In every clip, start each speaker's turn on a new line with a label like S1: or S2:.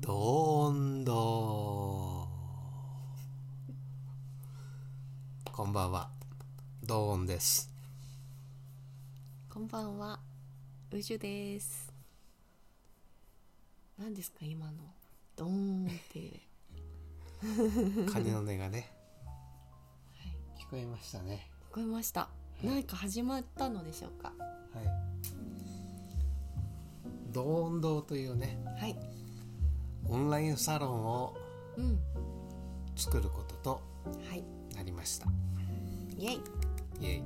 S1: どんどんこんばんはどーんです
S2: こんばんは、うじゅです。何ですか今のドーンって、はい、
S1: 鐘の音がね聞こえましたね
S2: 聞こえました。何か始まったのでしょうか。
S1: はいどーんどーというね
S2: はい、
S1: オンラインサロンを
S2: うん、
S1: 作ることと
S2: はい、
S1: なりました
S2: イエイ、
S1: イエイ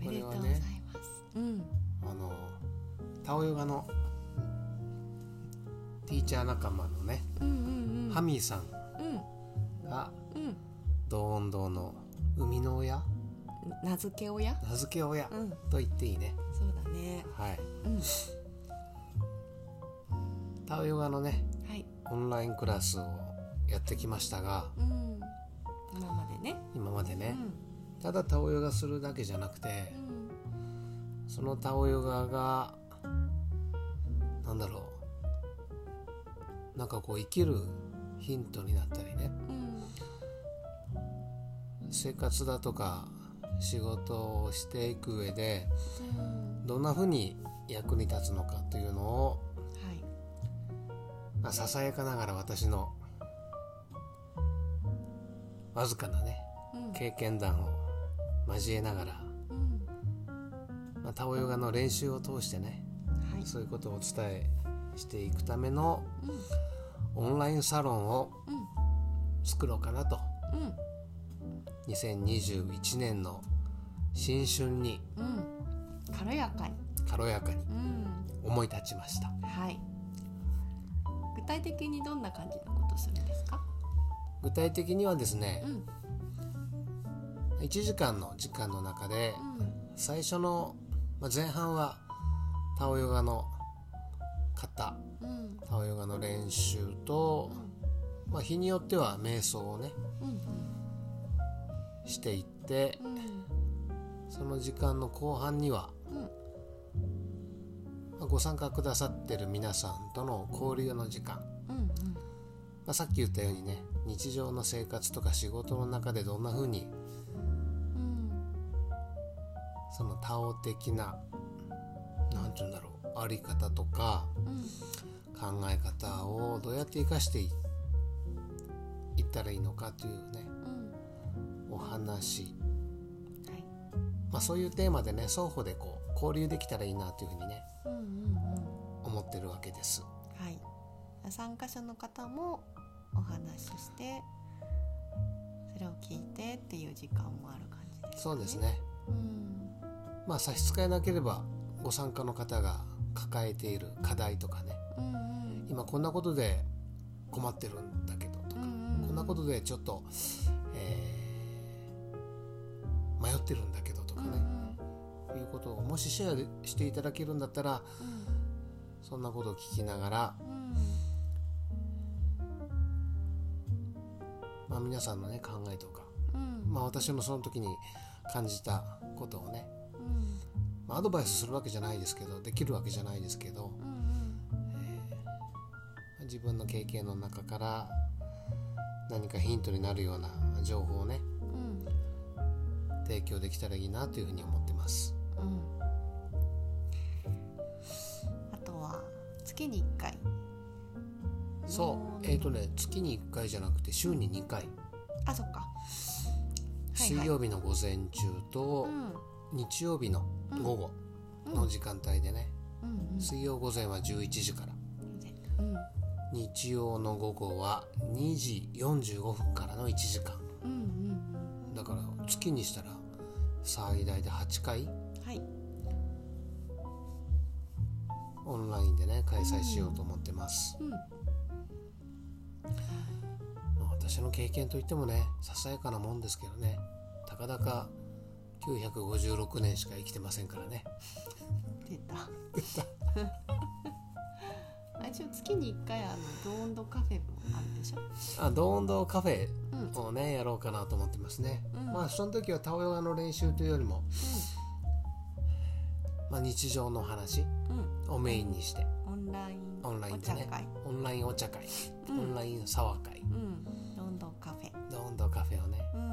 S2: おめでとう
S1: これは
S2: ござい
S1: ね
S2: ます。うん、
S1: あのタオヨガのティーチャー仲間のね、
S2: うん、うん、うん、
S1: ハミーさん
S2: うん、
S1: が
S2: うん、
S1: どーんどーの生みの親
S2: 名付け親。
S1: 名付け親
S2: うん
S1: と言っていいね、
S2: そうだね。
S1: はい
S2: うん、
S1: タオヨガのね
S2: はい、
S1: オンラインクラスをやってきましたが
S2: うん、今までね。
S1: 今まで
S2: う
S1: ね、
S2: ん、
S1: ただタオヨガするだけじゃなくて
S2: うん、
S1: そのタオヨガがなんだろうなんかこう生きるヒントになったりね
S2: うん、
S1: 生活だとか仕事をしていく上で
S2: うん、
S1: どんな風に役に立つのかというのを、
S2: はい、
S1: まあ、ささやかながら私のわずかなね
S2: うん、
S1: 経験談を交えながら、
S2: うん、
S1: まあ、タオヨガの練習を通してね
S2: はい、
S1: そういうことをお伝えしていくための
S2: うん、
S1: オンラインサロンを作ろうかなと
S2: うん、うん。
S1: 2021年の新春に
S2: うん、軽やかに、
S1: 軽やかに
S2: うん、
S1: 思い立ちました
S2: はい。具体的にどんな感じのことするんですか？
S1: 具体的にはですね
S2: うん、
S1: 1時間の時間の中で
S2: うん、
S1: 最初のまあ前半はタオヨガの型
S2: うん、
S1: タオヨガの練習と、まあ、日によっては瞑想をね
S2: うん、
S1: していって
S2: うん、
S1: その時間の後半には
S2: うん、
S1: まあご参加くださってる皆さんとの交流の時間、
S2: うん、
S1: まあ、さっき言ったようにね日常の生活とか仕事の中でどんな風に
S2: うん、
S1: その多応的な何て言うんだろうあり方とか考え方をどうやって生かしていいったらいいのかというね
S2: うん、
S1: お話、
S2: はい、
S1: まあ、そういうテーマでね双方でこう交流できたらいいなというふうにね
S2: うん、うん、
S1: 思ってるわけです。
S2: はい。参加者の方もお話しして、それを聞いてっていう時間もある感じです。
S1: そうです。ね
S2: うん、
S1: まあ差し支えなければご参加の方が抱えている課題とかね
S2: うん、うん、
S1: 今こんなことで困ってるんだけどと
S2: う
S1: か、
S2: ん、
S1: こんなことでちょっと、えー迷ってるんだけどとかね、いうことをもしシェアしていただけるんだったらそんなことを聞きながら、まあ、皆さんのね考えとか、まあ、私もその時に感じたことをね、まあ、アドバイスするわけじゃないですけどできるわけじゃないですけど自分の経験の中から何かヒントになるような情報をね提供できたらいいなというふうに思ってます。
S2: うんあとは月に1回
S1: そうえっ、とね月に1回じゃなくて週に2回、
S2: あそっかはいはい
S1: 水曜日の午前中と、
S2: うん
S1: 日曜日の午後の時間帯でね、
S2: うんうん
S1: 水曜午前は11時から
S2: うん
S1: 日曜の午後は2時45分からの1時間
S2: うんうん
S1: だから月にしたら最大で8回
S2: うんはい
S1: オンラインでね開催しようと思ってます、
S2: うん
S1: まあ私の経験といってもねささやかなもんですけどねたかだか956年しか生きてませんからね
S2: 出た あ一応月に1回あのドーンドカフェもあるでしょ
S1: あどーんどーカフェ
S2: うん
S1: をねやろうかなと思ってますね、
S2: うん
S1: まあその時はタオヨガの練習というよりも、まあ、日常の話
S2: うん
S1: をメインにして
S2: オンライン
S1: オンライン
S2: お
S1: で
S2: 茶
S1: ね
S2: 会、
S1: オンラインお茶会、
S2: うん
S1: オンライン騒会
S2: うんロンドンカフェ
S1: どんどんカフェをね
S2: うん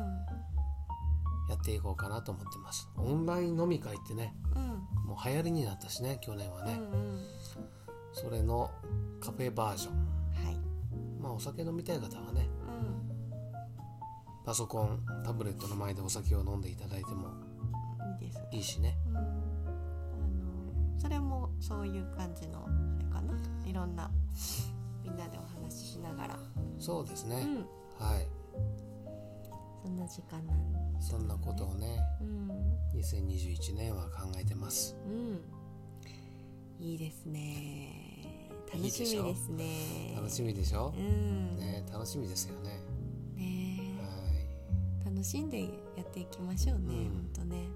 S1: やっていこうかなと思ってますオンライン飲み会ってね
S2: うん
S1: もう流行りになったしね去年は
S2: う
S1: ね、
S2: んうん
S1: それのカフェバージョン
S2: はい
S1: まあお酒飲みたい方はね
S2: うん
S1: パソコンタブレットの前でお酒を飲んでいただいても
S2: いいです
S1: いいしね
S2: うんあのそれもそういう感じのあれかないろんなみんなでお話ししながら、
S1: そうです
S2: う
S1: ね、
S2: ん、
S1: はい
S2: そんな時間なんで
S1: そんなことをね
S2: うん、
S1: 2021年は考えてます
S2: うん、いいですね
S1: いい
S2: 楽
S1: で
S2: し
S1: しょ
S2: みですね
S1: 楽しみでしょ
S2: う、んね
S1: ね楽しみですよね
S2: え
S1: はい
S2: 楽しんでやっていきましょうね、
S1: うん
S2: ほんとね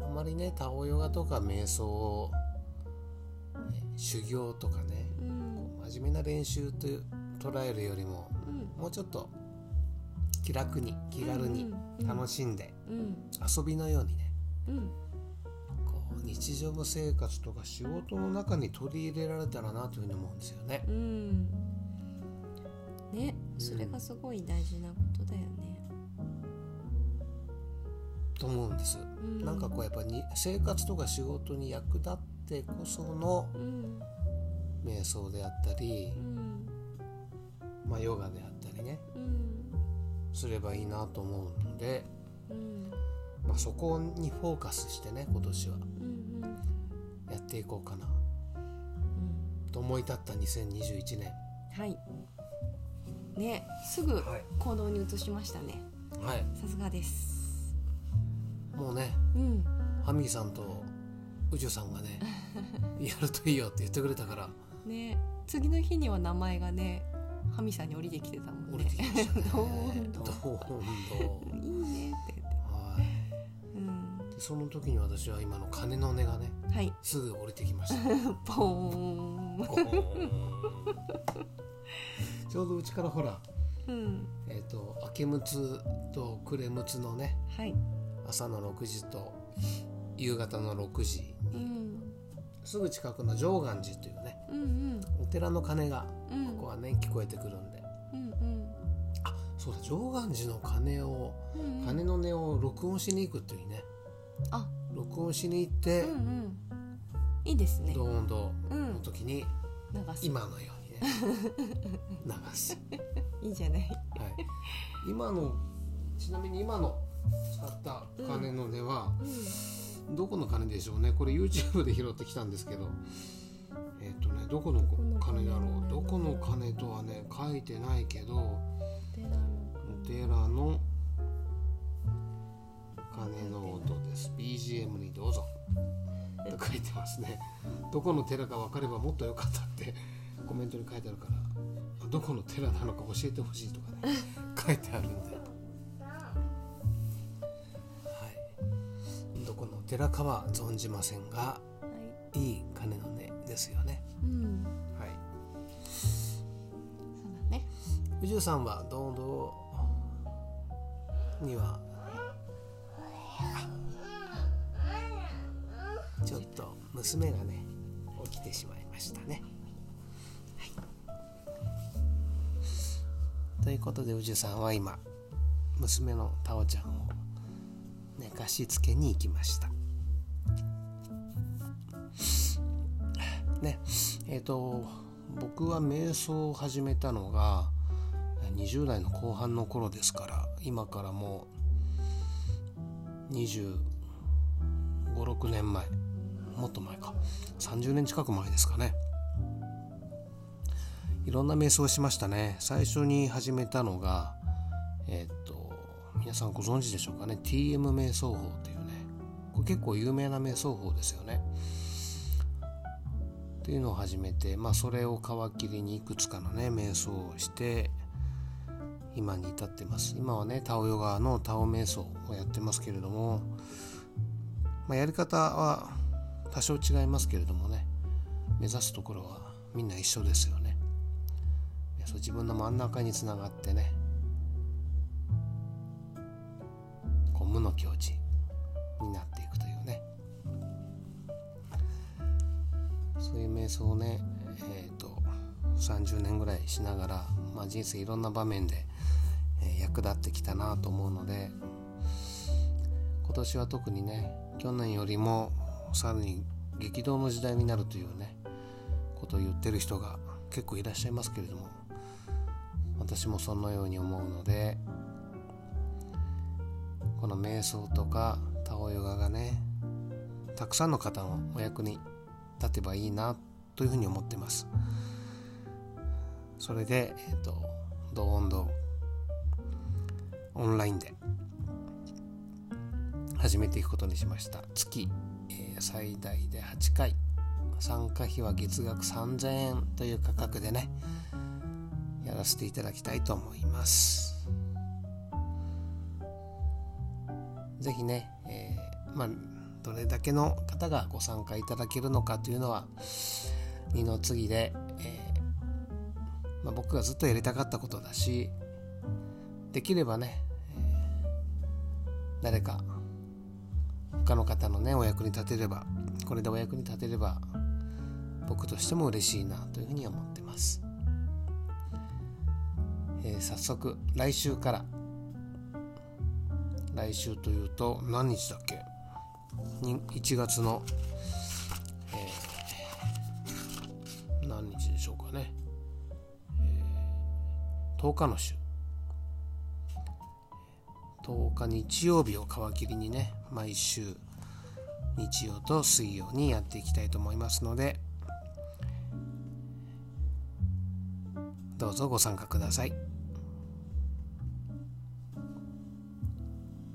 S1: あまりねタオヨガとか瞑想をね修行とかね
S2: うん
S1: 真面目な練習と捉えるよりも
S2: うん
S1: もうちょっと気楽に気軽に
S2: うん
S1: 楽しんで
S2: うん
S1: 遊びのようにね
S2: うん
S1: こう日常生活とか仕事の中に取り入れられたらなというふうに思うんですよね。
S2: うんねそれがすごい大事なことだよね、
S1: と思うんです。
S2: うん、
S1: なんかこうやっぱに生活とか仕事に役立ってこその
S2: うん
S1: 瞑想であったり
S2: う、ん
S1: まあ、ヨガであったりね
S2: うん
S1: すればいいなと思うので、
S2: うん
S1: まあ、そこにフォーカスしてね今年は
S2: うんうん
S1: やっていこうかな
S2: うん
S1: と思い立った2021年。
S2: はいねすぐ
S1: はい
S2: 行動に移しましたね
S1: はい、
S2: さすがです
S1: もうね
S2: うん
S1: ハミーさんと宇宙さんが ねやるといいよって言ってくれたから
S2: ね次の日には名前がねハミさんに降りてきてたもん
S1: 降り
S2: ね。
S1: てきましたね
S2: どーんと
S1: どーんと
S2: いいねって言って
S1: はい
S2: うん
S1: でその時に私は今の鐘の音がね
S2: はい
S1: すぐ降りてきました
S2: ポーン
S1: ゴーンちょうどうちからほら
S2: うん
S1: えっ、と明けむつと暮れむつのね
S2: はい
S1: 朝の6時と夕方の6時
S2: う
S1: に
S2: ん
S1: すぐ近くの常願寺というね
S2: うん
S1: お寺の鐘が
S2: うんうん
S1: ここはね聞こえてくるんで
S2: うんうん
S1: そうだ常願寺の鐘を
S2: うん
S1: 鐘の音を録音しに行くっていうね
S2: あ
S1: 録音しに行って、
S2: うんうんいいですね
S1: ドーンド
S2: う
S1: の
S2: ん
S1: 時に
S2: 流す
S1: 今のように ね流す、
S2: いいじゃない
S1: はい、 今のちなみに今の使った鐘の音は、
S2: う
S1: どこの鐘でしょうねこれ YouTube で拾ってきたんですけどえっ、とねどこの鐘だろうどこの鐘とはね書いてないけどお
S2: ん寺の
S1: 寺の鐘の音です BGM にどうぞと書いてますねどこの寺か分かればもっと良かったってコメントに書いてあるからどこの寺なのか教えてほしいとかね書いてあるんではいどこの寺かは存じませんが
S2: はい
S1: いい鐘の音ですよね
S2: うん
S1: はい
S2: そうだね
S1: 宇宙さんはどうどうにはあちょっと娘がね起きてしまいましたね。はい、ということで宇宙さんは今娘のタオちゃんを寝かしつけに行きました。ねえー、と僕は瞑想を始めたのが20代の後半の頃ですから今からもう2526年前もっと前か30年近く前ですかねいろんな瞑想をしましたね最初に始めたのがえっ、と皆さんご存知でしょうかね TM 瞑想法というねこれ結構有名な瞑想法ですよねっていうのを始めて、まあ、それを皮切りにいくつかのね瞑想をして今に至ってます今はねタオヨガのタオ瞑想をやってますけれども、まあ、やり方は多少違いますけれどもね目指すところはみんな一緒ですよねそう自分の真ん中につながってねこう無の境地になっていくというね瞑想をね、えー、と30年ぐらいしながら、まあ、人生いろんな場面で、えー役立ってきたなと思うので今年は特にね去年よりもさらに激動の時代になるというねことを言ってる人が結構いらっしゃいますけれども私もそのように思うのでこの瞑想とかタオヨガがねたくさんの方のお役に立てばいいなというふうに思ってますそれで、えっと同音堂オンラインで始めていくことにしました月、えー最大で8回参加費は月額3000円という価格でねやらせていただきたいと思いますぜひね、えーまあ、どれだけの方がご参加いただけるのかというのは二の次で、えーまあ、僕がずっとやりたかったことだしできればね、えー誰か他の方のねお役に立てればこれでお役に立てれば僕としても嬉しいなというふうに思ってます、えー早速来週から来週というと何日だっけに1月の、えー何日でしょうかね、えー10日の週10日日曜日を皮切りにね毎週日曜と水曜にやっていきたいと思いますのでどうぞご参加ください。